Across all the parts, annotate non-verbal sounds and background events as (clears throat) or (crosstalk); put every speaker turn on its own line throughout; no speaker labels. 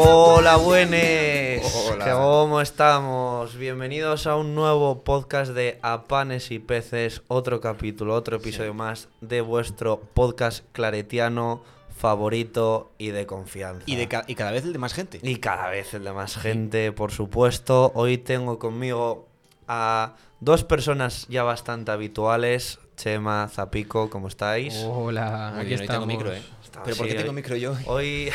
Hola, buenes.
Hola.
¿Cómo estamos? Bienvenidos a un nuevo podcast de Apanes y Peces, otro capítulo, otro episodio más de vuestro podcast claretiano favorito y de confianza.
Y, de ca- y cada vez el de más gente.
Y cada vez el de más gente, por supuesto. Hoy tengo conmigo a dos personas ya bastante habituales. Chema, Zapico, ¿cómo estáis?
Oh.
Hola,
Muy
Ah, aquí
bien, hoy tengo
estamos.
micro, ¿eh?
Está-
Pero ¿por
sí,
qué tengo
hoy-
micro yo? (laughs)
Hoy,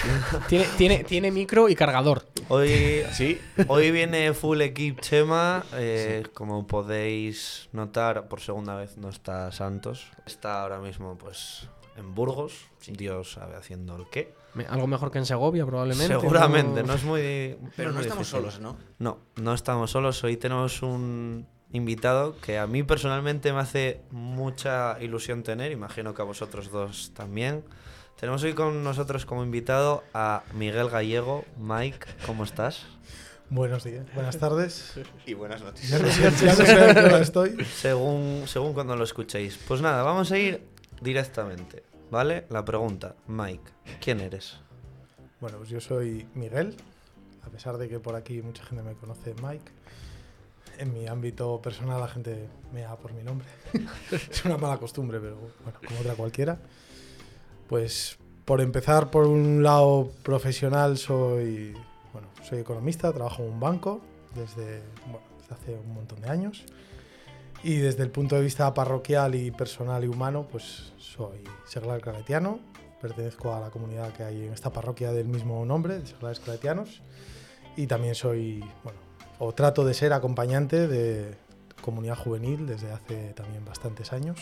Tiene, tiene, tiene micro y cargador.
hoy,
(laughs) Sí.
hoy viene full equip Chema. eh, Como podéis notar, por segunda vez no está Santos. Está ahora mismo pues en Burgos. Dios sabe haciendo el qué.
Me- Algo mejor que en Segovia, probablemente.
Seguramente, no, es muy.
Pero
es
no
muy
estamos
difícil.
solos, ¿no?
No, no estamos solos. Hoy tenemos un invitado que a mí personalmente me hace mucha ilusión tener. Imagino que a vosotros dos también. Tenemos hoy con nosotros como invitado a Miguel Gallego. Mike, ¿cómo estás?
Buenos días, buenas tardes.
Y buenas
Ya
noticias.
no sé, ya no sé a qué hora estoy.
Según, según cuando lo escuchéis. Pues nada, vamos a ir directamente. ¿Vale? La pregunta, Mike, ¿quién eres?
Bueno, pues yo soy Miguel, a pesar de que por aquí mucha gente me conoce Mike. En mi ámbito personal la gente me da por mi nombre. (laughs) es una mala costumbre, pero bueno, como otra cualquiera. Pues por empezar por un lado profesional soy, bueno, soy economista, trabajo en un banco desde, bueno, desde hace un montón de años. Y desde el punto de vista parroquial y personal y humano, pues soy seglar claretiano, pertenezco a la comunidad que hay en esta parroquia del mismo nombre, de seglares claretianos, y también soy, bueno, o trato de ser acompañante de comunidad juvenil desde hace también bastantes años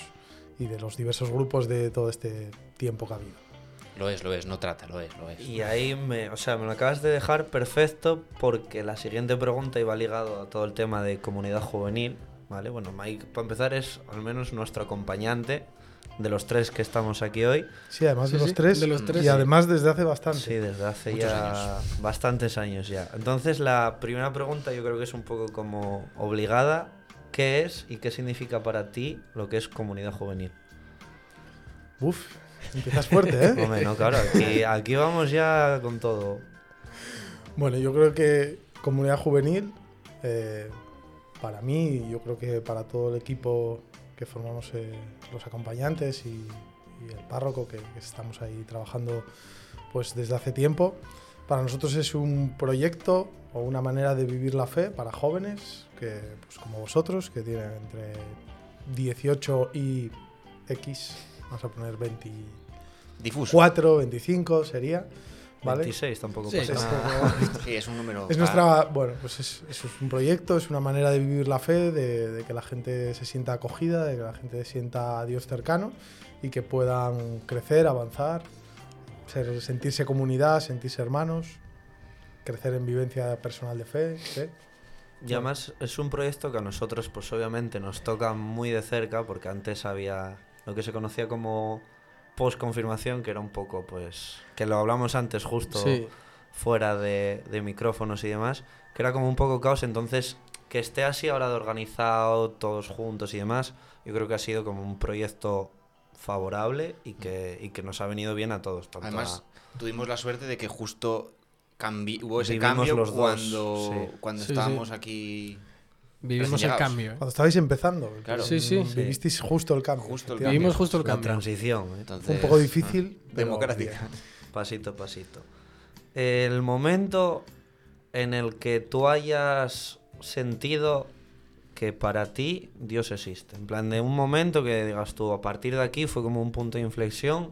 y de los diversos grupos de todo este tiempo que ha habido.
Lo es, lo es, no trata, lo es, lo es.
Y ahí me, o sea, me lo acabas de dejar perfecto porque la siguiente pregunta iba ligado a todo el tema de comunidad juvenil, ¿vale? Bueno, Mike, para empezar, es al menos nuestro acompañante de los tres que estamos aquí hoy.
Sí, además
Sí,
de, los
sí,
tres,
de los tres,
y
sí.
además desde hace bastante.
Sí, desde hace
Muchos
ya bastantes años ya. Entonces, la primera pregunta yo creo que es un poco como obligada. ¿Qué es y qué significa para ti lo que es comunidad juvenil?
Uf, empiezas fuerte, ¿eh?
(laughs) Hombre, no, claro, aquí, aquí vamos ya con todo.
Bueno, yo creo que comunidad juvenil, eh, para mí, yo creo que para todo el equipo que formamos eh, los acompañantes y, y el párroco que, que estamos ahí trabajando pues desde hace tiempo, para nosotros es un proyecto o una manera de vivir la fe para jóvenes que, pues, como vosotros, que tienen entre 18 y X, vamos a poner 24,
Difuso.
25 sería, ¿vale?
26 tampoco
Sí,
pasa
Es
nada.
como-
Ah, (laughs) Sí, es un número.
es nuestra, bueno, pues es, eso es un proyecto, es una manera de vivir la fe, de, de que la gente se sienta acogida, de que la gente sienta a Dios cercano y que puedan crecer, avanzar, ser- sentirse comunidad, sentirse hermanos, crecer en vivencia personal de fe. ¿sí?
Y además es un proyecto que a nosotros pues obviamente nos toca muy de cerca porque antes había lo que se conocía como post-confirmación que era un poco pues que lo hablamos antes justo
Sí.
fuera de, de micrófonos y demás que era como un poco caos entonces que esté así ahora de organizado todos juntos y demás yo creo que ha sido como un proyecto favorable y que, y que nos ha venido bien a todos tanto
Además,
a-
tuvimos la suerte de que justo cambi- hubo ese
Vivimos
cambio
los dos,
cuando,
sí.
cuando
Sí, sí.
estábamos aquí.
Vivimos el
Llegaos.
cambio. ¿eh?
Cuando estabais empezando,
Claro.
Sí, sí.
vivisteis justo el cambio.
Justo el
efectivamente.
Vivimos justo el
la
cambio.
transición ¿eh?
Entonces,
Fue un poco difícil.
ah,
pero
Democrática.
bien.
Pasito a pasito. El momento en el que tú hayas sentido que para ti Dios existe. En plan, de un momento que digas tú, a partir de aquí fue como un punto de inflexión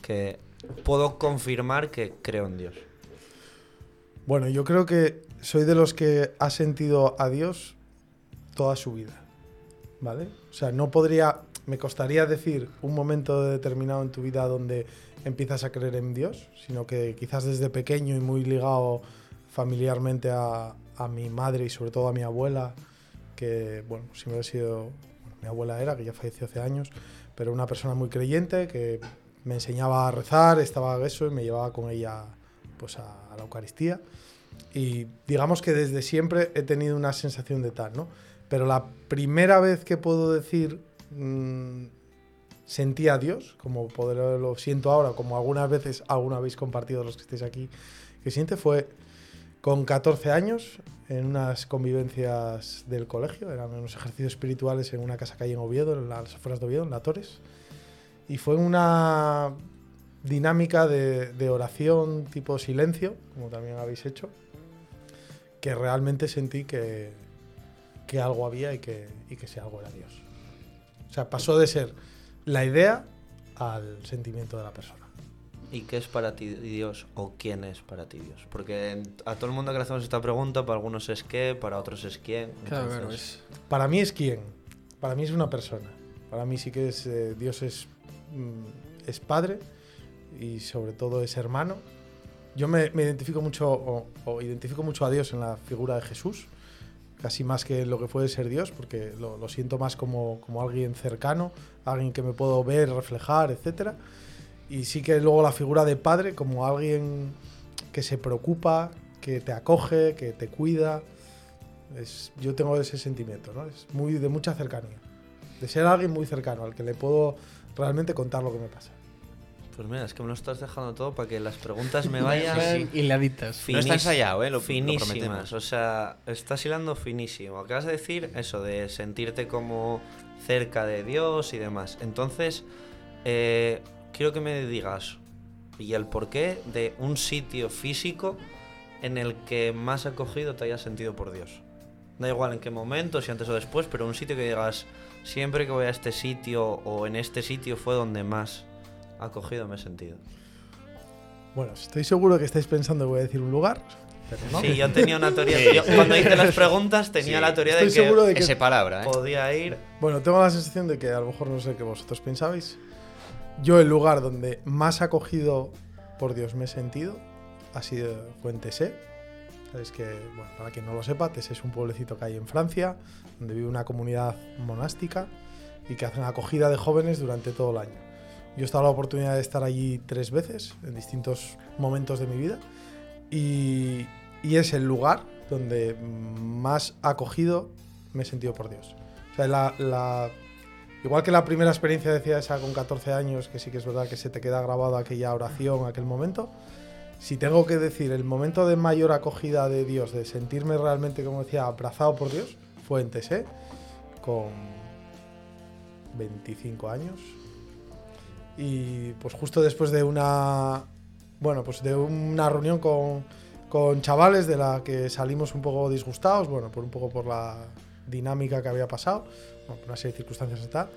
que puedo confirmar que creo en Dios.
Bueno, yo creo que soy de los que ha sentido a Dios toda su vida. ¿Vale? O sea, no podría. Me costaría decir un momento determinado en tu vida donde empiezas a creer en Dios, sino que quizás desde pequeño y muy ligado familiarmente a, a mi madre y sobre todo a mi abuela, que, bueno, si hubiera sido. bueno, mi abuela era, que ya falleció hace años, pero una persona muy creyente que me enseñaba a rezar, estaba eso y me llevaba con ella pues a, a la Eucaristía. Y digamos que desde siempre he tenido una sensación de tal, ¿no? Pero la primera vez que puedo decir mm, sentía a Dios, como poder, lo siento ahora, como algunas veces, alguna habéis compartido los que estáis aquí, que siente fue con 14 años, en unas convivencias del colegio, eran unos ejercicios espirituales en una casa que hay en Oviedo, en las afueras de Oviedo, en La Torres, y fue una dinámica de, de oración tipo silencio, como también habéis hecho, que realmente sentí que, que algo había y que, y que ese algo era Dios. O sea, pasó de ser la idea al sentimiento de la persona.
¿Y qué es para ti Dios o quién es para ti Dios? Porque en- a todo el mundo que le hacemos esta pregunta, para algunos es qué, para otros es quién.
Claro, claro,
entonces-
es-
Para mí es quién. Para mí es una persona. Para mí sí que es eh, Dios es, mm, es padre y sobre todo es hermano. Yo me, me identifico mucho o, o identifico mucho a Dios en la figura de Jesús, casi más que lo que puede ser Dios, porque lo, lo siento más como, como alguien cercano, alguien que me puedo ver, reflejar, etcétera. Y sí que luego la figura de padre como alguien que se preocupa, que te acoge, que te cuida. Es- yo tengo ese sentimiento, ¿no? Es muy de mucha cercanía. De ser alguien muy cercano, al que le puedo realmente contar lo que me pasa.
Pues mira, es que me lo estás dejando todo para que las preguntas
(laughs)
me vayan.
Vayan hiladitas.
Finis-
No está ensayado, ¿eh? Lo- lo
finísimas,
prometemos.
o sea, estás hilando finísimo. Acabas de decir eso de sentirte como cerca de Dios y demás. Entonces, eh, quiero que me digas y el porqué de un sitio físico en el que más acogido te hayas sentido por Dios. Da igual en qué momento, si antes o después, pero un sitio que digas, siempre que voy a este sitio o en este sitio fue donde más acogido me he sentido.
Bueno, estoy seguro que estáis pensando que voy a decir un lugar, pero no.
Sí, yo tenía una teoría.
Sí,
yo
sí.
cuando hice las preguntas tenía
Sí.
la teoría
Estoy
de que
seguro de que...
(laughs) Ese palabra, ¿eh?
podía ir.
Bueno, tengo la sensación de que a lo mejor no sé qué vosotros pensabais. Yo el lugar donde más acogido por Dios me he sentido ha sido Fuentesé. Sabéis que, bueno, para quien no lo sepa, Tessé es un pueblecito que hay en Francia, donde vive una comunidad monástica y que hacen acogida de jóvenes durante todo el año. Yo he estado la oportunidad de estar allí tres veces, en distintos momentos de mi vida, y, y es el lugar donde más acogido me he sentido por Dios. O sea, la- la- igual que la primera experiencia decía esa con 14 años, que sí que es verdad que se te queda grabado aquella oración, aquel momento, si tengo que decir el momento de mayor acogida de Dios, de sentirme realmente, como decía, abrazado por Dios, fue en Tessé, con 25 años. Y pues justo después de una. Bueno, pues de una reunión con, con chavales de la que salimos un poco disgustados, bueno, por un poco por la dinámica que había pasado, bueno, por una serie de circunstancias y tal.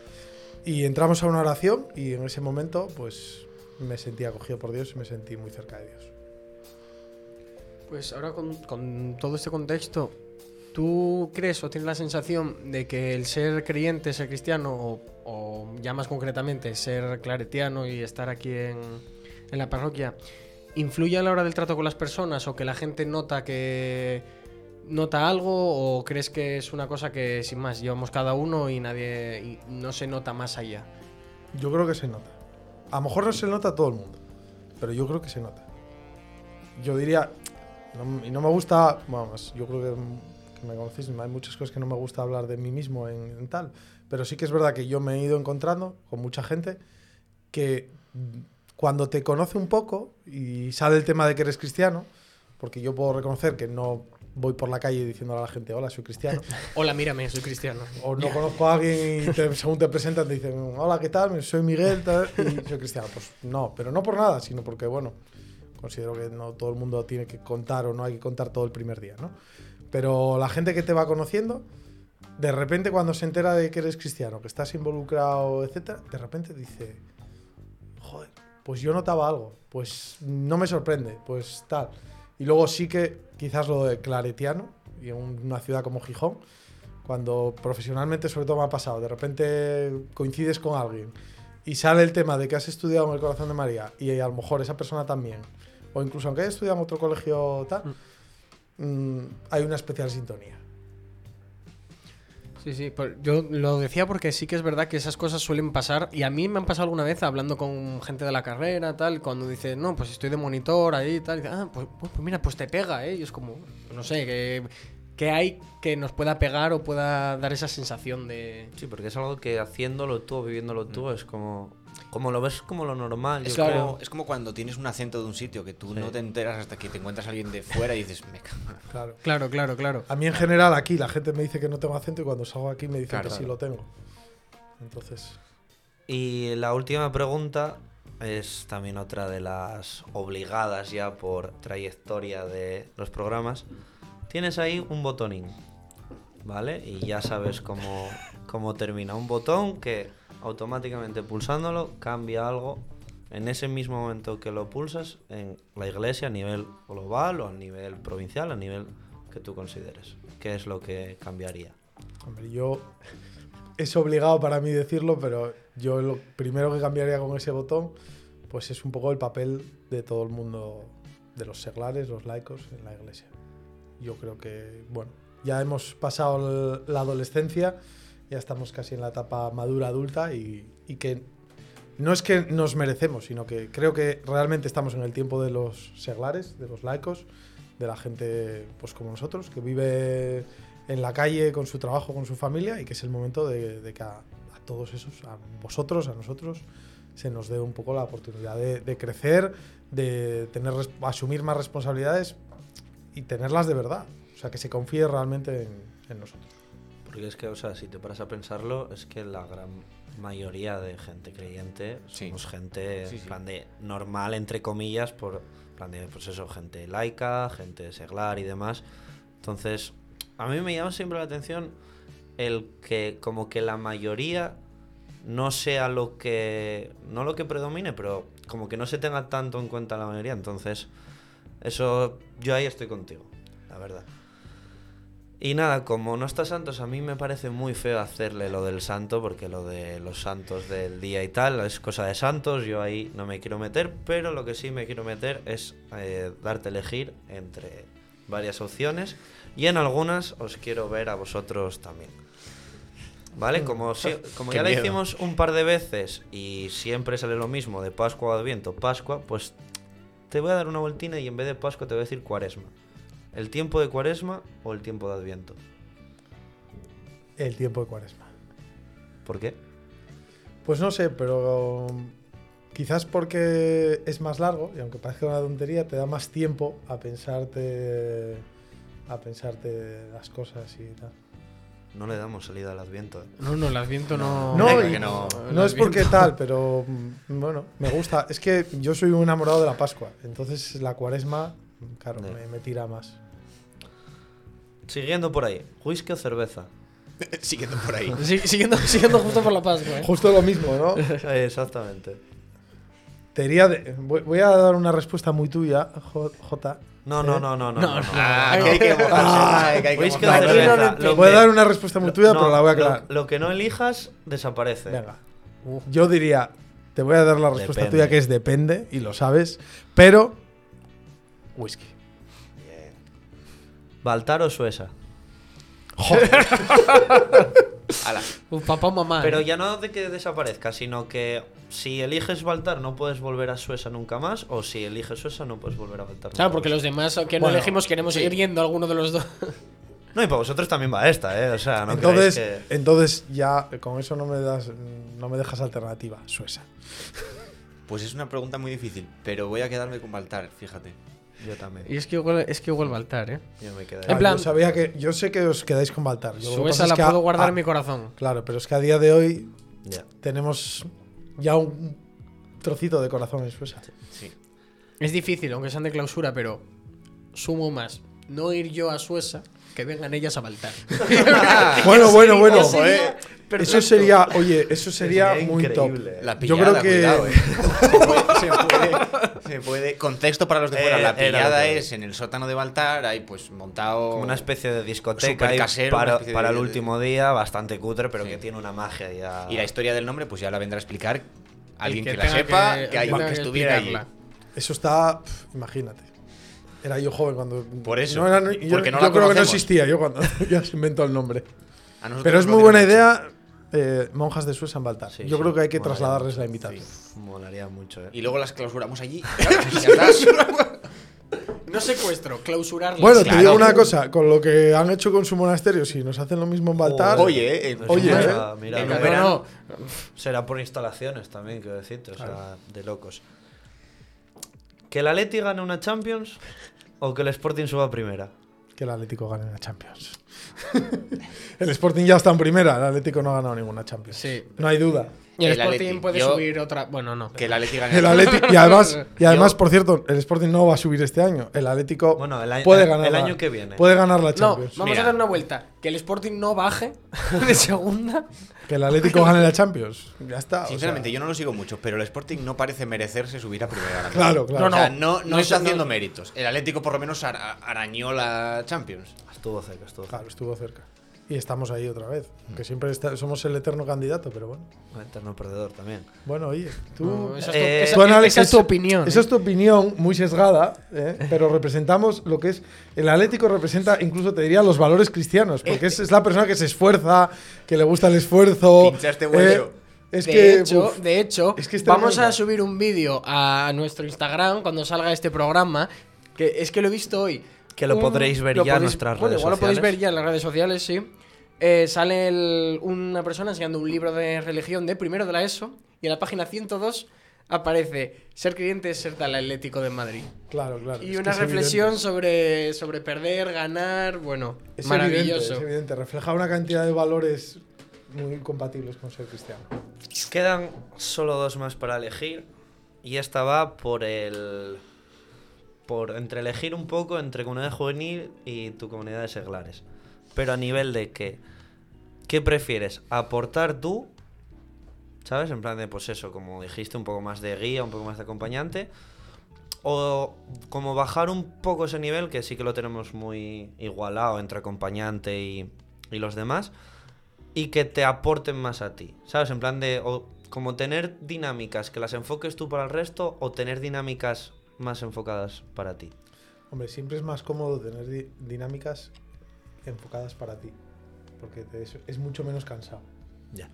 Y entramos a una oración y en ese momento, pues me sentí acogido por Dios y me sentí muy cerca de Dios.
Pues ahora con, con todo este contexto, ¿tú crees o tienes la sensación de que el ser creyente, ser cristiano, o, o ya más concretamente ser claretiano y estar aquí en, en la parroquia, influye a la hora del trato con las personas o que la gente nota que nota algo o crees que es una cosa que sin más llevamos cada uno y nadie y no se nota más allá?
Yo creo que se nota. A lo mejor no se nota a todo el mundo, pero yo creo que se nota. Yo diría, no- y no me gusta, vamos, yo creo que, que me conocéis, hay muchas cosas que no me gusta hablar de mí mismo en, en tal, pero sí que es verdad que yo me he ido encontrando con mucha gente que mm, cuando te conoce un poco y sale el tema de que eres cristiano, porque yo puedo reconocer que no voy por la calle diciéndole a la gente, hola, soy cristiano,
Hola, mírame, soy cristiano.
o no conozco a alguien y te- según te presentan te dicen, hola, ¿qué tal? Soy Miguel tal, y soy cristiano. Pues no, pero no por nada, sino porque, bueno, considero que no todo el mundo tiene que contar o no hay que contar todo el primer día, ¿no? Pero la gente que te va conociendo, de repente cuando se entera de que eres cristiano, que estás involucrado, etcétera, de repente dice, joder, pues yo notaba algo, pues no me sorprende, pues tal. Y luego sí que quizás lo de claretiano, y en una ciudad como Gijón, cuando profesionalmente sobre todo me ha pasado, de repente coincides con alguien y sale el tema de que has estudiado en el corazón de María y a lo mejor esa persona también, o incluso aunque haya estudiado en otro colegio tal, mm, hay una especial sintonía.
Sí, sí, por- yo lo decía porque sí que es verdad que esas cosas suelen pasar y a mí me han pasado alguna vez hablando con gente de la carrera, tal, cuando dice, no, pues estoy de monitor ahí, tal, y dice, ah, pues, pues mira, pues te pega, ¿eh? Y es como, no sé, que que hay que nos pueda pegar o pueda dar esa sensación de...
Sí, porque es algo que haciéndolo tú, viviéndolo tú, es como. Como lo ves como lo normal.
Es,
yo
Claro.
como, es como cuando tienes un acento de un sitio que tú
Sí.
no te enteras hasta que te encuentras a alguien de fuera y dices, me cago. en-".
Claro.
Claro, claro, claro.
A mí en general aquí la gente me dice que no tengo acento y cuando salgo aquí me dicen
Claro,
que sí
claro.
lo tengo. Entonces,
Y la última pregunta es también otra de las obligadas ya por trayectoria de los programas. Tienes ahí un botonín, ¿vale? Y ya sabes cómo, cómo termina. Un botón que automáticamente pulsándolo cambia algo en ese mismo momento que lo pulsas en la iglesia a nivel global o a nivel provincial, a nivel que tú consideres. ¿Qué es lo que cambiaría?
hombre, yo es obligado para mí decirlo, pero yo lo primero que cambiaría con ese botón, pues es un poco el papel de todo el mundo, de los seglares, los laicos en la iglesia. Yo creo que, bueno, ya hemos pasado el- la adolescencia, ya estamos casi en la etapa madura adulta y, y que no es que nos merecemos, sino que creo que realmente estamos en el tiempo de los seglares, de los laicos, de la gente pues como nosotros, que vive en la calle con su trabajo, con su familia y que es el momento de, de que a, a todos esos, a vosotros, a nosotros, se nos dé un poco la oportunidad de, de crecer, de tener, res- asumir más responsabilidades y tenerlas de verdad. O sea, que se confíe realmente en, en nosotros.
Porque es que, o sea, si te paras a pensarlo, es que la gran mayoría de gente creyente
Sí.
somos gente,
Sí,
en
sí.
plan de normal, entre comillas, por en plan de, pues eso, gente laica, gente seglar y demás. Entonces, a mí me llama siempre la atención el que, como que la mayoría no sea lo que, no lo que predomine, pero como que no se tenga tanto en cuenta la mayoría. Entonces, eso, yo ahí estoy contigo, la verdad. Y nada, como no está Santos, a mí me parece muy feo hacerle lo del santo, porque lo de los santos del día y tal es cosa de santos, yo ahí no me quiero meter, pero lo que sí me quiero meter es eh, darte a elegir entre varias opciones y en algunas os quiero ver a vosotros también. ¿Vale? Como,
(laughs)
si- como
Mm. Qué
ya lo
miedo.
hicimos un par de veces y siempre sale lo mismo de Pascua a Adviento, Pascua, pues te voy a dar una voltina y en vez de Pascua te voy a decir Cuaresma. ¿El tiempo de Cuaresma o el tiempo de Adviento?
El tiempo de cuaresma.
¿Por qué?
Pues no sé, pero um, quizás porque es más largo y aunque parezca una tontería, te da más tiempo a pensarte a pensarte las cosas y tal.
No le damos salida al Adviento. eh.
No, no, el adviento no...
No,
Venga,
y-
que no.
El
No es
Adviento-
porque tal, pero mm, bueno, me gusta. Es que yo soy un enamorado de la Pascua, entonces la cuaresma, claro,
Ya.
me, me tira más.
Siguiendo por ahí, whisky o
(laughs)
cerveza.
(laughs) Siguiendo por ahí.
Sí, siguiendo, siguiendo justo por la Pascua, ¿eh?
Justo lo mismo, ¿no?
Eh, Exactamente.
(laughs) Te diría de- voy, voy a dar una respuesta muy tuya, Jo- Jota. ¿Eh?
No, no, no, no, no.
¿Eh? No,
no,
no.
no.
Ah, que hay
(laughs)
que mojarse. que hay que
Pues
Whisky o
mojarse.
cerveza. Lo
Voy a
que-
dar una respuesta muy tuya,
no,
pero la voy a
lo-
aclarar.
Lo, que no elijas desaparece.
Venga.
Uf.
Yo diría, te voy a dar la respuesta
Depende.
tuya que es depende, y lo sabes, pero whisky.
Baltar o Suesa.
Ala.
Uf, papá o mamá.
Pero
¿eh?
ya no de que desaparezca, sino que si eliges Baltar no puedes volver a Suesa nunca más, o si eliges Suesa no puedes volver a Baltar.
Claro,
nunca
porque
más.
los demás que no
Bueno,
elegimos queremos seguir yendo a alguno de los dos.
No, y para vosotros también va esta, ¿eh? O sea, no
entonces,
creáis que-
entonces ya eh, con eso no me das, no me dejas alternativa, Suesa.
Pues es una pregunta muy difícil, pero voy a quedarme con Baltar, fíjate.
Yo también.
Y es que igual, es que igual va a altar, ¿eh?
Yo me
Ah,
quedaría.
En plan-
yo sabía que, yo sé que os quedáis con Baltar. Yo lo que pasa
Suesa
es
la
que a-
puedo guardar
a-
en mi corazón.
Claro, pero es que a día de hoy
Ya.
tenemos ya un trocito de corazón en Suesa.
Sí.
Es difícil, aunque sean de clausura, pero sumo más. No ir yo a Suesa, que vengan ellas a Baltar.
(laughs) Bueno, bueno, bueno.
Ya sería
eh. Eso sería, oye, eso sería muy top.
increíble.
La
Yo
pillada,
creo que-
cuidado, eh. se, puede, se puede- se puede- Contexto para los de fuera.
Eh,
la
era lo
pillada
que-
es en el sótano de Baltar, hay pues montado.
Como una especie de discoteca ahí
Supercasero, una
para,
especie de-
para el
de-
último día, bastante cutre, pero
Sí.
que tiene una magia ya.
Y la historia del nombre, pues ya la vendrá a explicar alguien que,
El que
la
tenga
sepa,
que-
que,
el que
alguien
tenga
que
que
estuviera allí.
explicarla.
Eso está, pf, imagínate. Era yo joven cuando.
Por eso,
No era- no- yo
porque no
yo
la
creo que no
conocemos.
existía yo cuando (laughs) ya se inventó el nombre.
A nosotros
Pero es
no
muy
lo
buena
tenemos.
idea, eh, monjas de Suez en Baltar.
Sí,
yo
sí,
creo que hay que
molaría
trasladarles la
mucho.
invitación.
Molaría mucho, eh.
Y luego las clausuramos allí. y ya está.
No secuestro, clausurarlas.
Bueno, te
Claro.
digo una cosa, con lo que han hecho con su monasterio, si nos hacen lo mismo en
Oh.
Baltar,
Oye, eh, en-
Pues
Oye,
mira,
eh.
mira,
En
mira,
un verano.
será por instalaciones también, quiero decirte, o sea, de locos. ¿Que el Atleti gane una Champions o que el Sporting suba a primera?
que el Atlético gane la Champions. (laughs) el Sporting ya está en primera, el Atlético no ha ganado ninguna Champions.
Sí.
No hay duda.
Y el,
El
Sporting
Atleti,
puede
yo-
subir otra. Bueno, no.
que el Atleti gane
El
la-
Atlético, y además, y además
Yo-
por cierto, el Sporting no va a subir este año. El Atlético
Bueno, el año-
puede
el-
ganar
el
la-
año que viene.
Puede ganar la
No,
Champions.
vamos
Mira.
a dar una vuelta. Que el Sporting no baje (laughs) de segunda.
Que el Atlético gane la Champions. Ya está. o
Sinceramente,
sea,
yo no lo sigo mucho, pero el Sporting no parece merecerse subir a primera.
(laughs)
ahora mismo.
Claro, claro.
O sea,
No,
No,
no.
no,
No es-
está haciendo
no-
méritos. El Atlético por lo menos ara- arañó la Champions.
Estuvo cerca, estuvo cerca.
Claro, estuvo cerca. Y estamos ahí otra vez. Que siempre está- somos el eterno candidato, pero bueno.
Un Eterno perdedor también.
Bueno, oye, tú.
No, esa, es tu,
Eh,
esa-
tú
esa
analizas-
es tu opinión.
Esa
¿eh?
es tu opinión, muy sesgada, ¿eh? pero representamos lo que es. El Atlético representa, incluso te diría, los valores cristianos, porque es, es la persona que se esfuerza, que le gusta el esfuerzo. eh,
Pinchaste hueso.
es
de,
que.
hecho,
uf,
de hecho,
es que es
vamos
tremendo.
a subir un vídeo a nuestro Instagram cuando salga este programa. Que es que lo he visto hoy.
Que lo
Un-
podréis ver
lo
ya en
podéis-
nuestras
bueno,
redes
igual lo podéis
sociales.
ver ya en las redes sociales, sí. Eh, sale el- una persona enseñando un libro de religión de primero de la ESO. Y en la página 102 aparece ser creyente es ser del Atlético de Madrid.
claro, claro. es
Y
que
una
es
reflexión
evidente.
sobre, sobre perder, ganar, bueno,
Es
maravilloso.
Evidente, es evidente, refleja una cantidad de valores muy compatibles con ser cristiano.
Quedan solo dos más para elegir. Y esta va por el. Por entre elegir un poco entre comunidad juvenil y tu comunidad de seglares. Pero a nivel de que. ¿Qué prefieres? ¿Aportar tú? ¿Sabes? En plan de, pues eso, como dijiste, un poco más de guía, un poco más de acompañante. O como bajar un poco ese nivel, que sí que lo tenemos muy igualado entre acompañante y, y los demás y que te aporten más a ti. ¿Sabes? En plan de. o como tener dinámicas que las enfoques tú para el resto o tener dinámicas más enfocadas para ti.
Hombre, siempre es más cómodo tener di- dinámicas enfocadas para ti, porque te- es- es mucho menos cansado.
Ya.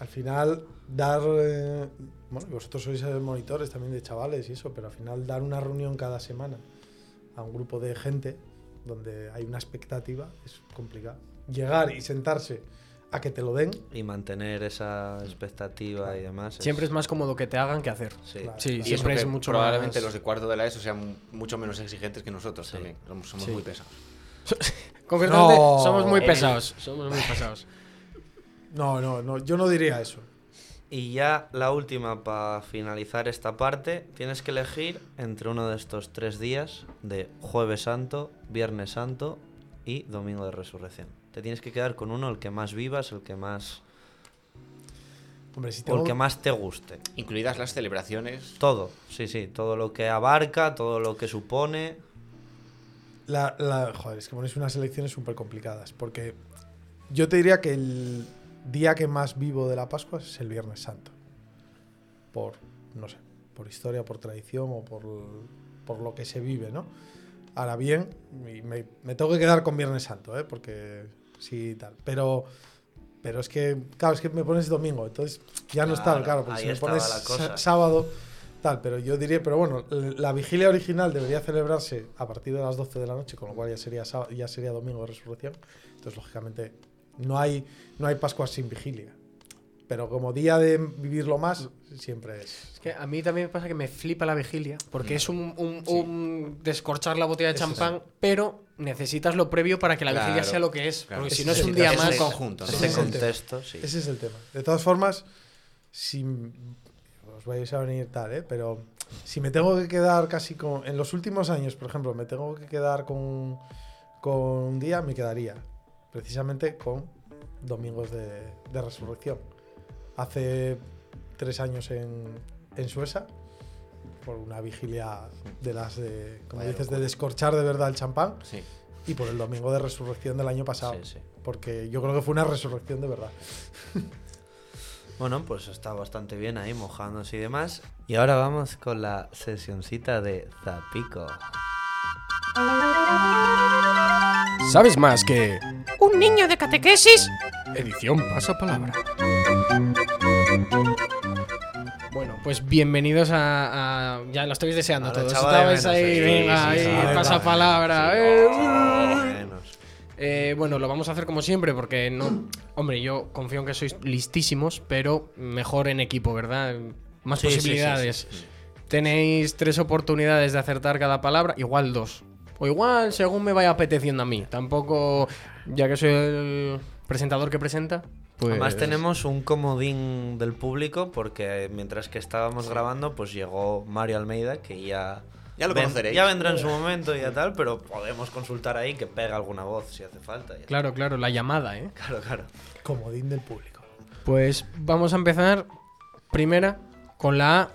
Al final, dar. eh, bueno, vosotros sois eh, monitores también de chavales y eso, pero al final, dar una reunión cada semana a un grupo de gente donde hay una expectativa es complicado. Llegar y sentarse a que te lo den.
Y mantener esa expectativa y demás.
Siempre es más cómodo que te hagan que hacer.
Sí.
Claro.
Sí,
Y eso
Y eso
siempre
que
es mucho
probablemente
más...
los de cuarto de la ESO sean mucho menos exigentes que nosotros
Sí.
también. Somos somos
Sí.
muy pesados.
Concretamente,
No.
somos muy
Eh,
En el-
pesados. Somos muy pesados.
No, no, no, yo no diría eso.
Y ya la última para finalizar esta parte. Tienes que elegir entre uno de estos tres días de Jueves Santo, Viernes Santo y Domingo de Resurrección. Te tienes que quedar con uno, el que más vivas, el que más.
Hombre, si
o el
tengo-
que más te guste.
Incluidas las celebraciones.
Todo, sí, sí, todo lo que abarca, todo lo que supone.
La, la- joder, es que ponéis unas elecciones súper complicadas. Porque yo te diría que el día que más vivo de la Pascua es el Viernes Santo. Por, no sé, por historia, por tradición o por, por lo que se vive, ¿no? Ahora bien, y me, me tengo que quedar con Viernes Santo, ¿eh? Porque sí, tal. Pero, pero es que, claro, es que me pones domingo, entonces ya no es tal,
Claro,
claro, porque
ahí
si me
estaba
pones
la cosa.
sa- sábado, tal, pero yo diría, pero bueno, l- la vigilia original debería celebrarse a partir de las 12 de la noche, con lo cual ya sería, sábado- ya sería domingo de resurrección, entonces lógicamente no hay, no hay Pascua sin vigilia. Pero como día de vivirlo más, siempre
(laughs)
es.
Es que a mí también me pasa que me flipa la vigilia, porque es un, un- un descorchar la botella de
Eso
champán, pero necesitas lo previo para que la
Claro.
vigilia sea lo que es.
Claro.
Porque
Es-
si no es
es-
un día
es-
más...
es- conjunto, ¿no?
Ese
Sí.
este contexto, sí.
Ese es el tema. De todas formas, si os vais a venir tal, ¿eh? pero si me tengo que quedar casi con. En los últimos años, por ejemplo, me tengo que quedar con, con un día, me quedaría precisamente con Domingos de, de Resurrección. Hace tres años en, en Sueca, por una vigilia de las de, como
Vaya
dices, de
locura.
descorchar de verdad el champán,
Sí.
y por el Domingo de Resurrección del año pasado.
Sí, sí.
Porque yo creo que fue una resurrección de verdad.
Bueno, pues está bastante bien ahí mojándose y demás. Y ahora vamos con la sesioncita de Zapico.
¿Sabes más que...
¿Un niño de catequesis?
Edición Pasapalabra. Bueno, Pues bienvenidos a, a- Ya lo estáis deseando
A la
todos.
chava de
Estabais
menos,
ahí,
sí,
venga,
sí,
ahí,
sí, sí.
pasa palabra.
Sí.
eh.
Menos.
Eh, bueno, lo vamos a hacer como siempre porque no. (clears throat) Hombre, yo confío en que sois listísimos, pero mejor en equipo, ¿verdad? Más
Sí, sí, sí,
posibilidades.
sí, sí.
Tenéis tres oportunidades de acertar cada palabra, igual dos. O igual según me vaya apeteciendo a mí. Tampoco, ya que soy el presentador que presenta, pues.
Además tenemos un comodín del público porque mientras que estábamos grabando pues llegó Mario Almeida que ya...
Ya lo
ven-
conoceréis.
Ya vendrá en su momento y ya tal, pero podemos consultar ahí que pega alguna voz si hace falta. ya.
Claro, claro, la llamada, ¿eh?
Claro, claro.
Comodín del público.
Pues vamos a empezar primera con la A.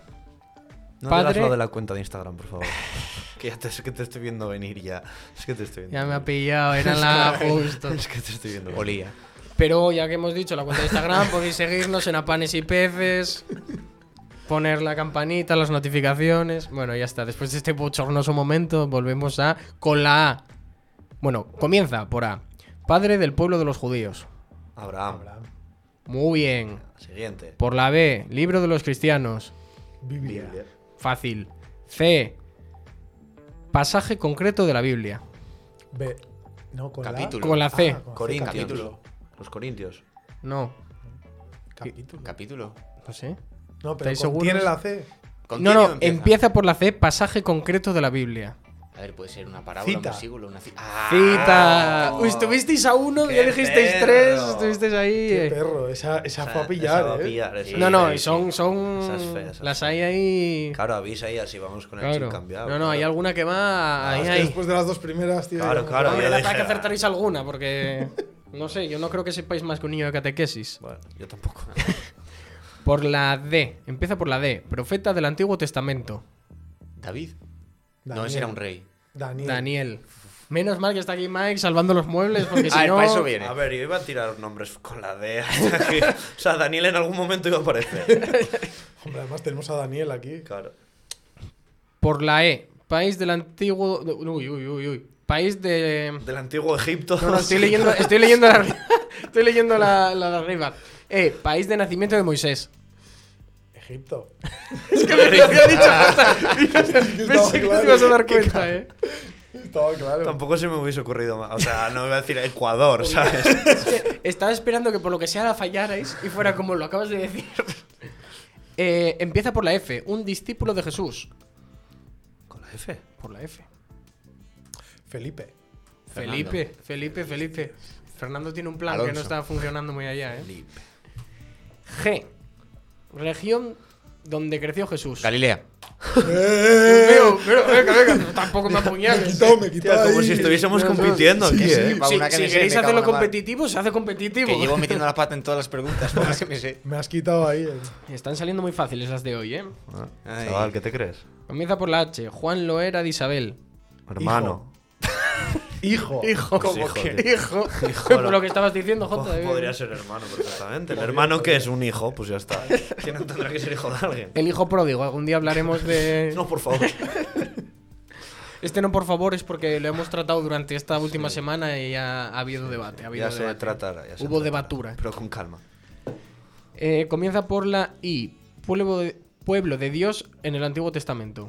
No
Padre-
digas lo de la cuenta de Instagram, por favor. (laughs) que ya te, es que te estoy viendo venir ya. Es que te estoy viendo.
Ya me ha pillado, era la A
(laughs)
justo.
Es que te estoy viendo. venir.
Olía.
Pero ya que hemos dicho la cuenta de Instagram, podéis seguirnos en Apanes y Peces, poner la campanita, las notificaciones. Bueno, ya está. Después de este bochornoso momento, volvemos a con la A. Bueno, comienza por A. Padre del pueblo de los judíos.
Abraham.
Abraham.
Muy bien.
Siguiente.
Por la B, libro de los cristianos.
Biblia.
Fácil. C, pasaje concreto de la Biblia.
B. No, con
Capítulo.
Con la C,
Ah, con C,
Corintios.
Capítulo.
Los Corintios.
no.
la Capítulo.
Capítulo.
No sé.
No, pero
¿Estáis seguros?
tiene la C.
No,
¿Contiene
no,
o
empieza? por la C, pasaje concreto de la Biblia.
A ver, puede ser una parábola,
Cita.
un siglo, una Ah, cita.
Cita. Uy, Estuvisteis a uno,
Ah, ¡Qué
ya dijisteis
perro!
tres, estuvisteis ahí.
Qué
eh.
perro. Esa, esa
Esa-
fue a
esa
pillar,
va a
¿eh?
pillar, esa
No, no,
sí,
y
sí.
son. son
Esas feas, esas
las hay ahí.
Claro, avisa ahí así vamos con el
Claro.
chip cambiado.
No, no,
claro. Ah,
hay alguna que va ahí,
Es que
ahí.
después de las dos primeras, tío.
Claro,
ya-
claro,
Hombre,
yo
la
dije,
verdad que
"Ah".
acertaréis alguna, porque. No sé, yo no creo que sepáis más que un niño de catequesis.
Bueno, yo
(laughs)
tampoco.
Por la D, empieza por la D, profeta del Antiguo Testamento,
David. No,
Daniel.
ese era un rey.
Daniel.
Daniel. Menos mal que está aquí Mike salvando los muebles, porque
Ah,
si no.
para eso
(laughs)
viene.
A ver, yo iba a tirar nombres con la D. hasta que- (laughs) o sea, Daniel en algún momento iba a
(laughs)
aparecer.
Hombre, además tenemos a Daniel aquí.
Claro.
Por la E, país del Antiguo. Uy, uy, uy, uy. País de.
Del antiguo Egipto.
No, no, estoy (laughs) leyendo, estoy leyendo la, (laughs) estoy leyendo la, la de arriba. Eh, país de nacimiento de Moisés.
Egipto.
(laughs)
(laughs)
Es (laughs) que me lo había dicho (laughs) hasta.
Estaba
Pensé que no
claro.
te ibas a dar cuenta, eh.
Estaba claro.
Tampoco se me hubiese ocurrido más. O sea, no iba a decir
(laughs)
Ecuador, ¿sabes?
(laughs) Es que estaba esperando que por lo que sea la fallarais y fuera como lo acabas de decir. (laughs) Eh, empieza por la F, un discípulo de Jesús.
Con la F.
Por la F.
Felipe.
Fernando.
Felipe, Felipe, Felipe. Fernando tiene un plan que no
Alonso.
está funcionando muy allá, eh.
Felipe.
G. Región donde creció Jesús.
Galilea.
Pero, pero, venga, venga, tampoco me
Me
apuñales.
quitó, me quitó.
Tía, como
ahí.
si estuviésemos
no, no.
compitiendo aquí,
Sí, sí.
¿eh?
Va,
Si,
una que
si
me sé,
queréis
me cago
hacerlo
en la mar.
competitivo, se hace competitivo.
Que llevo metiendo la pata en todas las preguntas. por las que me sé.
Me has quitado ahí. el-
(laughs) Están saliendo muy fáciles las de hoy, ¿eh?
Ah,
Ay.
Chaval, ¿qué te crees?
Comienza por la H. Juan Loera de Isabel.
Hermano.
Hijo.
Hijo.
Pues hijo, tío.
Hijo. por lo que estabas diciendo, Jota.
Po-
eh.
Podría ser hermano, perfectamente. El hermano que es un hijo, pues ya
(laughs)
está. Que no tendrá que ser hijo de alguien.
El hijo pródigo. Algún día hablaremos de...
(laughs) No, por favor.
Este no, por favor, es porque lo hemos tratado durante esta última semana y ha, ha habido debate. Ha habido
Ya se
debate.
tratará. ya se
Hubo
tratará.
debatura.
Pero con calma.
Eh, comienza por la I. Pueblo de, pueblo de Dios en el Antiguo Testamento.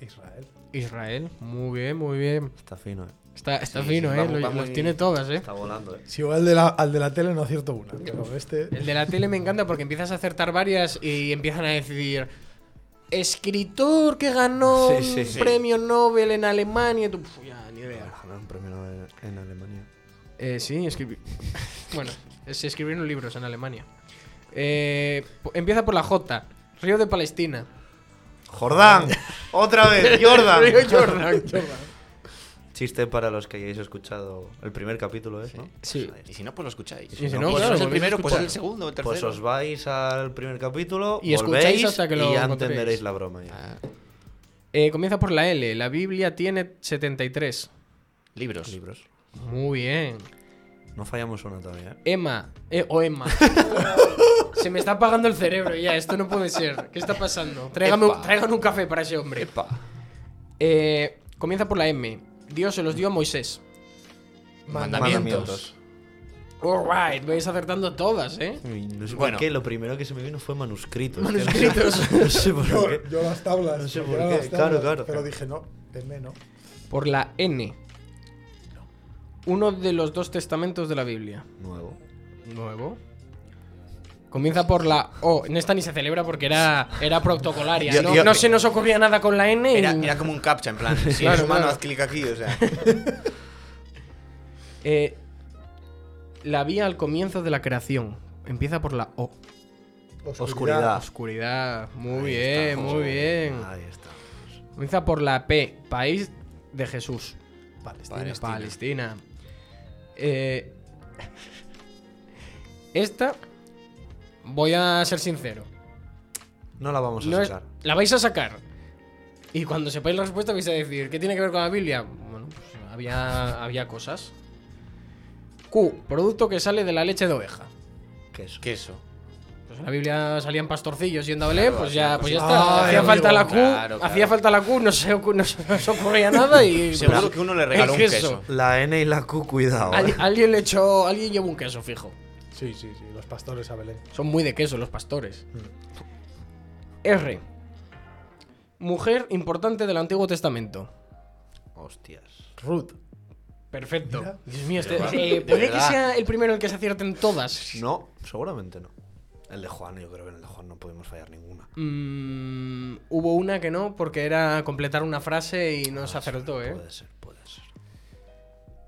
Israel.
Israel. Muy bien, muy bien.
Está fino, ¿eh?
Está, está
Sí,
fino,
sí,
¿eh?
vamos,
Lo-
vamos
los
y-
tiene todas, ¿eh?
Está volando, ¿eh?
Si voy al de, la, al de la tele no acierto una. Pero este.
El de la tele me encanta porque empiezas a acertar varias y empiezan a decidir. Escritor que ganó
Sí, sí,
un
sí.
premio Nobel en Alemania. y Tú, "Pf, ya, ni idea.
Ganar un premio Nobel en Alemania.
Eh, sí, escribí. (laughs) bueno, se escribieron libros en Alemania. Eh, po- empieza por la J. Río de Palestina.
Jordán, otra
(laughs)
vez, Jordan.
Río Jordan.
Chiste para los que hayáis escuchado el primer capítulo, ¿es? ¿no?
Sí.
Y si no, pues lo escucháis.
Y si
no,
pues
claro,
es el
volvéis a
primero, pues es
escuchar.
el segundo, el tercero.
Pues os vais al primer capítulo
Y escucháis
volvéis
hasta que lo
y ya
encontréis.
entenderéis la broma. ya.
Ah,
Eh, comienza por la L. La Biblia tiene 73.
libros.
Libros.
Muy bien.
No fallamos una todavía. ¿eh?
Emma, eh, o
(laughs)
Emma. Se me está apagando el cerebro ya, esto no puede ser. ¿Qué está pasando? Tráigame un,
Epa.
tráigan un café para ese hombre.
Epa.
Eh, comienza por la M. Dios se los dio a Moisés.
Mandamientos.
Mandamientos.
Alright, vais acertando todas, ¿eh?
Uy, No sé
Bueno.
por qué, lo primero que se me vino fue manuscritos. que no sé-
Manuscritos.
(laughs) No sé por
Yo,
qué.
yo las tablas.
No sé
porque
por
eran
qué,
las
claro,
tablas,
claro.
Pero dije, no, denme no.
Por la N. Uno de los dos testamentos de la Biblia.
Nuevo.
Nuevo. Comienza por la O. En esta ni se celebra porque era, era protocolaria.
Yo-
no,
yo-
no se nos ocurría nada con la N. y-
Era, era como un captcha, en plan, si
Claro,
eres humano,
claro.
haz clic aquí, o
(laughs)
sea.
Eh, la vía al comienzo de la creación. Empieza por la O.
Oscuridad.
Oscuridad. Muy
Ahí
bien,
estamos.
muy bien.
Ahí está.
Comienza por la P. País de Jesús.
Palestina.
Palestina. Eh, esta, voy a ser sincero.
No la vamos a
No es-
sacar.
la vais a sacar. Y cuando sepáis la respuesta vais a decir, ¿qué tiene que ver con la Biblia? Bueno, pues había, había cosas. Q, producto que sale de la leche de oveja.
Queso.
Queso.
Pues en la Biblia salían pastorcillos yendo a Belén, pues ya,
hacían
pues ya
cositas.
está.
Ay,
hacía
amigo,
falta la Q,
claro, claro.
hacía falta la Q, no se, ocu- no se nos ocurría nada
(laughs)
y...
Seguro que uno le regaló un
queso.
queso.
La N y la Q, cuidado.
Al-
eh.
alguien le echó, alguien llevó un queso, fijo.
Sí, sí, sí. Los pastores a Belén.
Son muy de queso los pastores. R. Mujer importante del Antiguo Testamento.
Hostias.
Ruth.
Perfecto.
Mira.
Dios mío, este,
Pero,
eh,
de
puede que
verdad.
sea el primero en que se acierten todas.
No, seguramente no. El de Juan, yo creo que en el de Juan no pudimos fallar ninguna.
Mm, hubo una que no, porque era completar una frase y no se acertó, ¿eh?
Puede ser, puede ser.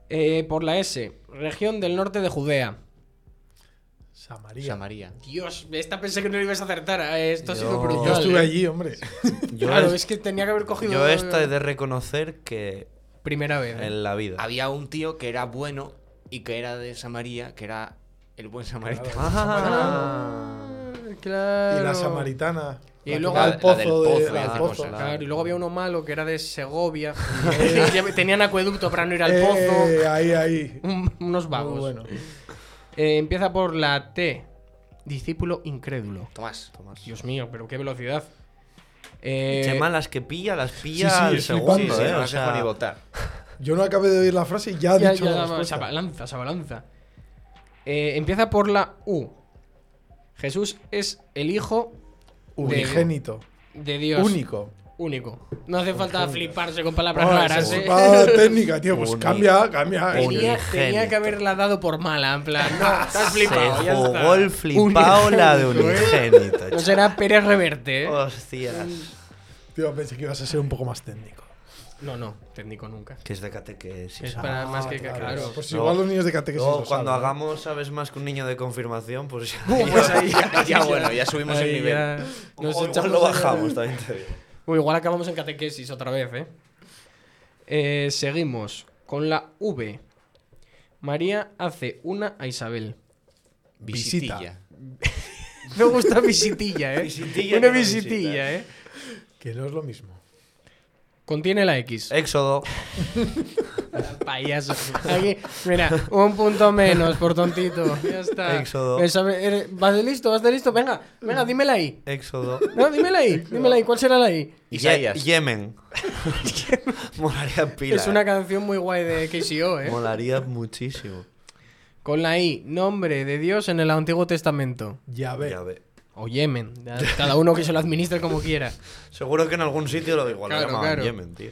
Eh, Por la S. Región del norte de Judea.
Samaria.
Samaria.
Dios, esta pensé que no lo ibas a acertar. eh, Esto ha sido
Yo-
brutal.
Yo estuve
eh.
allí, hombre.
Yo,
(laughs) Claro,
es-
es que tenía que haber cogido.
yo esta he de reconocer que
Primera vez. eh.
en la vida. (laughs)
Había un tío que era bueno y que era de Samaria, que era el buen samaritano.
Claro.
Ah,
Claro.
Y la samaritana.
Y
la que
luego
va al
la-
la del
pozo de-
pozo y
al
hace
pozo.
cosas.
Claro, y luego había uno malo que era de
(laughs)
Segovia. (laughs) Ya Tenían acueducto para no ir al
Eh,
pozo.
ahí, ahí.
Un- unos vagos.
Muy bueno.
Eh, empieza por la T. Discípulo incrédulo.
Tomás.
Tomás.
Dios mío, pero qué velocidad. Eh,
Chema, las que pilla, las pilla
sí,
al
es
segundo,
flipante,
¿eh?
no
O
las dejo ni
sea,
votar.
Yo no acabé de oír la frase y ya he
ya-
dicho
ya
la
se
respuesta.
abalanza, se abalanza. Eh, empieza por la U. Jesús es el hijo de,
Unigénito.
de Dios.
Único.
Único. No hace falta fliparse con palabras
Ah,
raras.
esa
¿eh? (laughs)
puta técnica, tío. Pues
Uni-
cambia, cambia.
Tenía,
Unigénito.
tenía que haberla dado por mala, en plan.
(laughs)
No, estás flipado.
se
ya está. ¿eh?
jugó el flipao la de unigénito. (laughs)
No será Pérez Reverte, ¿eh?
Hostias.
Tío, pensé que ibas a ser un poco más técnico.
No, no, técnico nunca.
Que es de catequesis.
Es para más que
claro.
claro.
Pues
No.
igual los niños de catequesis.
Luego,
lo
cuando
saben. ¿eh?
hagamos, sabes más que un niño de confirmación, pues ya. (laughs)
(laughs)
Pues ahí
Ya, ya, bueno, ya subimos
ahí
el nivel.
ya nos
O igual
echamos
lo
a-
bajamos también. te digo.
Uy, igual acabamos en catequesis otra vez, ¿eh? Eh, Seguimos con la V. María hace una
(laughs)
a Isabel.
Visita.
Visitilla.
Me gusta visitilla, ¿eh?
Visitilla que
una
no
visitilla, ¿eh?
Que no es lo mismo.
Contiene la X.
Éxodo.
Payaso. Aquí, mira, un punto menos por tontito. Ya está.
Éxodo.
Esa- eres- vas de listo, vas de listo. Venga, venga, dímela ahí.
Éxodo.
No, dímela ahí. Dímela ahí. ¿Cuál será la I?
Isaías.
Ye-
(laughs)
Yemen. (laughs) Molaría pila.
Es una
eh.
canción muy guay de KCO, ¿eh?
Molaría muchísimo.
Con la I, nombre de Dios en el Antiguo Testamento.
Ya ve.
Ya ve.
O Yemen. Ya, Cada uno que se lo administre como quiera.
Seguro que en algún sitio lo igual
Claro,
lo llamaban
claro.
Yemen, tío.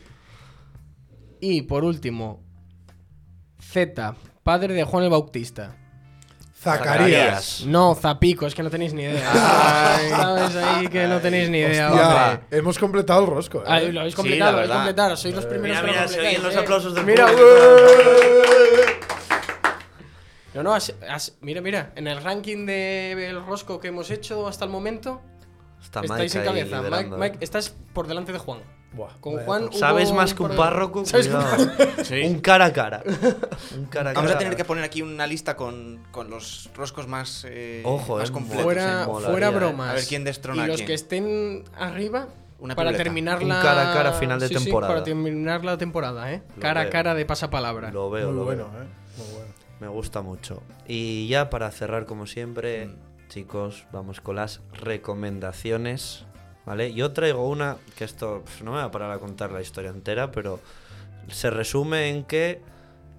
Y por último, Z, padre de Juan el Bautista.
Zacarías.
No, Zapico, es que no tenéis ni
(laughs)
idea. Ay, Sabes ahí que no tenéis ni idea,
Ya,
hombre.
hemos completado el rosco. ¿eh?
Ay, lo habéis
Sí, la
completado, lo habéis
verdad.
completado. Sois los primeros
Mira,
que lo
mira, se
completáis,
oyen los
eh.
aplausos del
Mira,
público.
No, no, has- has- mira, mira. En el ranking de el rosco que hemos hecho hasta el momento,
Está
estáis
Mike
en
ahí
cabeza. Mike,
liderando,
Mike,
eh.
estás por delante de Juan.
Buah,
Con
vaya
Juan
tronco.
hubo
¿Sabes más que un
problema.
párroco?
¿Sabes que un
Cuidado. (laughs)
Sí.
Un cara a cara. Un cara a cara.
Vamos a tener que poner aquí una lista con, con los roscos más, eh,
Ojo,
más
eh,
completos.
Fuera,
sí,
eh.
molaría,
fuera
eh.
bromas.
A ver quién destrona
Y
a
los
quién.
que estén arriba
Una
para
piruleta.
terminar
Un
la
cara a cara final de
Sí, sí,
temporada.
para terminar la temporada, ¿eh?
Lo
cara a
veo.
cara de pasapalabra.
Lo veo,
Muy
lo
bueno,
veo.
¿eh? Muy bueno.
Me gusta mucho. Y ya para cerrar, como siempre, chicos, vamos con las recomendaciones. ¿Vale? Yo traigo una que esto pf, no me va a parar a contar la historia entera, pero se resume en que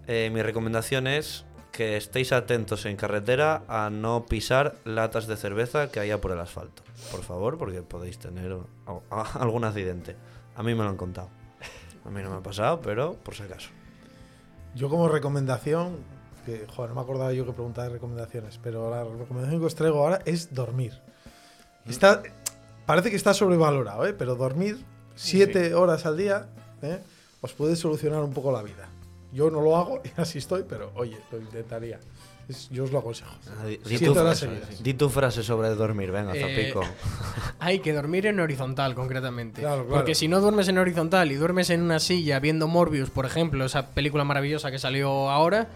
eh, mi recomendación es que estéis atentos en carretera a no pisar latas de cerveza que haya por el asfalto. Por favor, porque podéis tener un- a- a- (laughs) algún accidente. A mí me lo han contado. A mí no me ha pasado, pero por si acaso.
Yo como recomendación, que joder, no me acordaba yo que preguntaba de recomendaciones, pero la recomendación que os traigo ahora es dormir.
Mm.
Está, parece que está sobrevalorado, ¿eh? pero dormir siete horas al día ¿eh? os puede solucionar un poco la vida. Yo no lo hago y así estoy, pero oye, lo intentaría. Es- yo os lo aconsejo.
Ah, Di, di
Siete
tu,
horas
frase,
seguidas.
di tu frase sobre dormir, venga,
Eh,
Zapico.
Hay que dormir en horizontal, concretamente.
Claro, claro.
Porque si no duermes en horizontal y duermes en una silla viendo Morbius, por ejemplo, esa película maravillosa que salió ahora,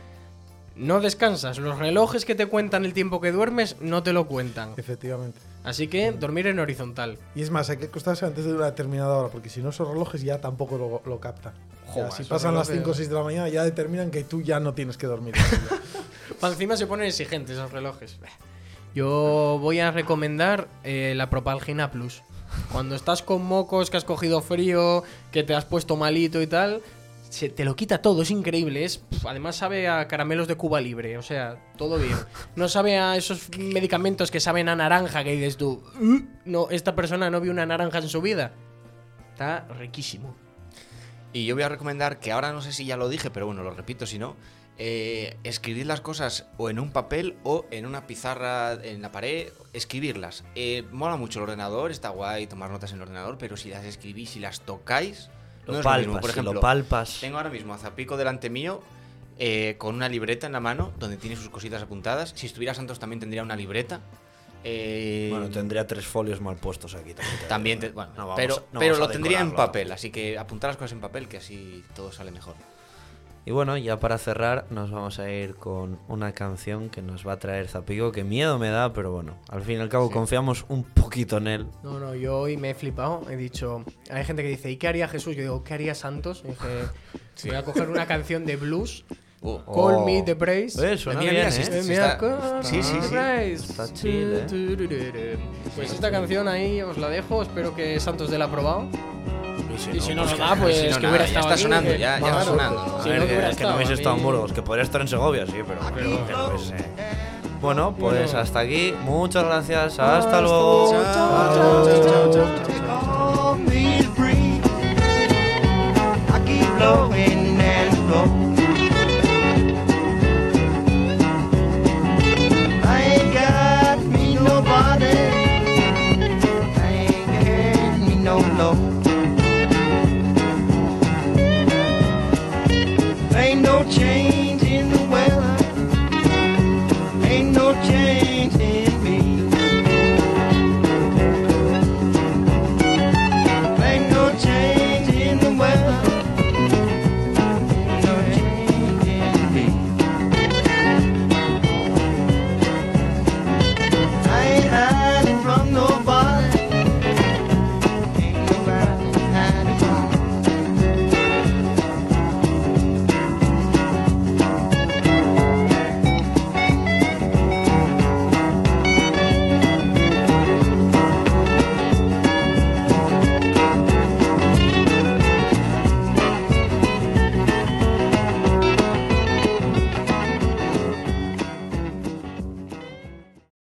no descansas. Los relojes que te cuentan el tiempo que duermes no te lo cuentan.
Efectivamente.
Así que dormir en horizontal.
Y es más, hay que acostarse antes de una determinada hora, porque si no, esos relojes ya tampoco lo, lo captan. Ya,
Joder,
si
esos
pasan las
relojes-
5 o 6 de la mañana, ya determinan que tú ya no tienes que dormir.
Para encima se ponen exigentes esos relojes. Yo voy a recomendar eh, la Propalgina Plus. Cuando estás con mocos, que has cogido frío, que te has puesto malito y tal, se te lo quita todo, es increíble. Es, pf, además sabe a caramelos de Cuba Libre, o sea, todo bien. No sabe a esos medicamentos que saben a naranja que dices tú, "Mm, no, esta persona no vio una naranja en su vida. Está riquísimo.
Y yo voy a recomendar que ahora no sé si ya lo dije, pero bueno, lo repito si no. eh, escribir las cosas o en un papel o en una pizarra en la pared, escribirlas. Eh, mola mucho el ordenador, está guay tomar notas en el ordenador, pero si las escribís y las tocáis,
Lo
no es lo
palpas,
mismo. Por
si
ejemplo,
lo palpas.
tengo ahora mismo a Zapico delante mío eh, con una libreta en la mano donde tiene sus cositas apuntadas. Si estuviera Santos también tendría una libreta. Eh,
Bueno, tendría tres folios mal puestos aquí también. te
también,
digo,
te-
¿eh?
bueno,
No vamos-
pero,
no
pero
vamos a
lo tendría en
decorarlo.
papel, así que apuntar las cosas en papel, que así todo sale mejor.
Y bueno, ya para cerrar, nos vamos a ir con una canción que nos va a traer Zapico, que miedo me da, pero bueno, al fin y al cabo confiamos un poquito en él.
No, no, yo hoy me he flipado. He dicho, hay gente que dice, ¿y qué haría Jesús? Yo digo, ¿qué haría Santos? Y dije, voy a coger una canción de blues,
Oh.
Oh.
Call Me the Brace.
Eh, suena
Mira,
bien,
mira, sí,
¿eh?
sí,
Eh,
sí,
mira,
está-
Call
sí,
Me
sí,
the
sí.
Brace.
Está chill, eh.
Tururururu. Pues esta canción ahí os la dejo. Espero que Santos de la aprobado. Y si no, lo da, pues
si no,
que
nada, ya
hubiera estado eh.
está
aquí,
sonando,
que-
ya, ya
Mala
va
suerte.
sonando. eh,
A
Si
ver,
no
que,
hubiera
es que no
estado,
hubiese
a
estado en
mí-
Burgos, que podría estar en Segovia, sí, pero bueno. pues, eh. Bueno, pues hasta aquí. Muchas gracias. Hasta luego.
I keep blowing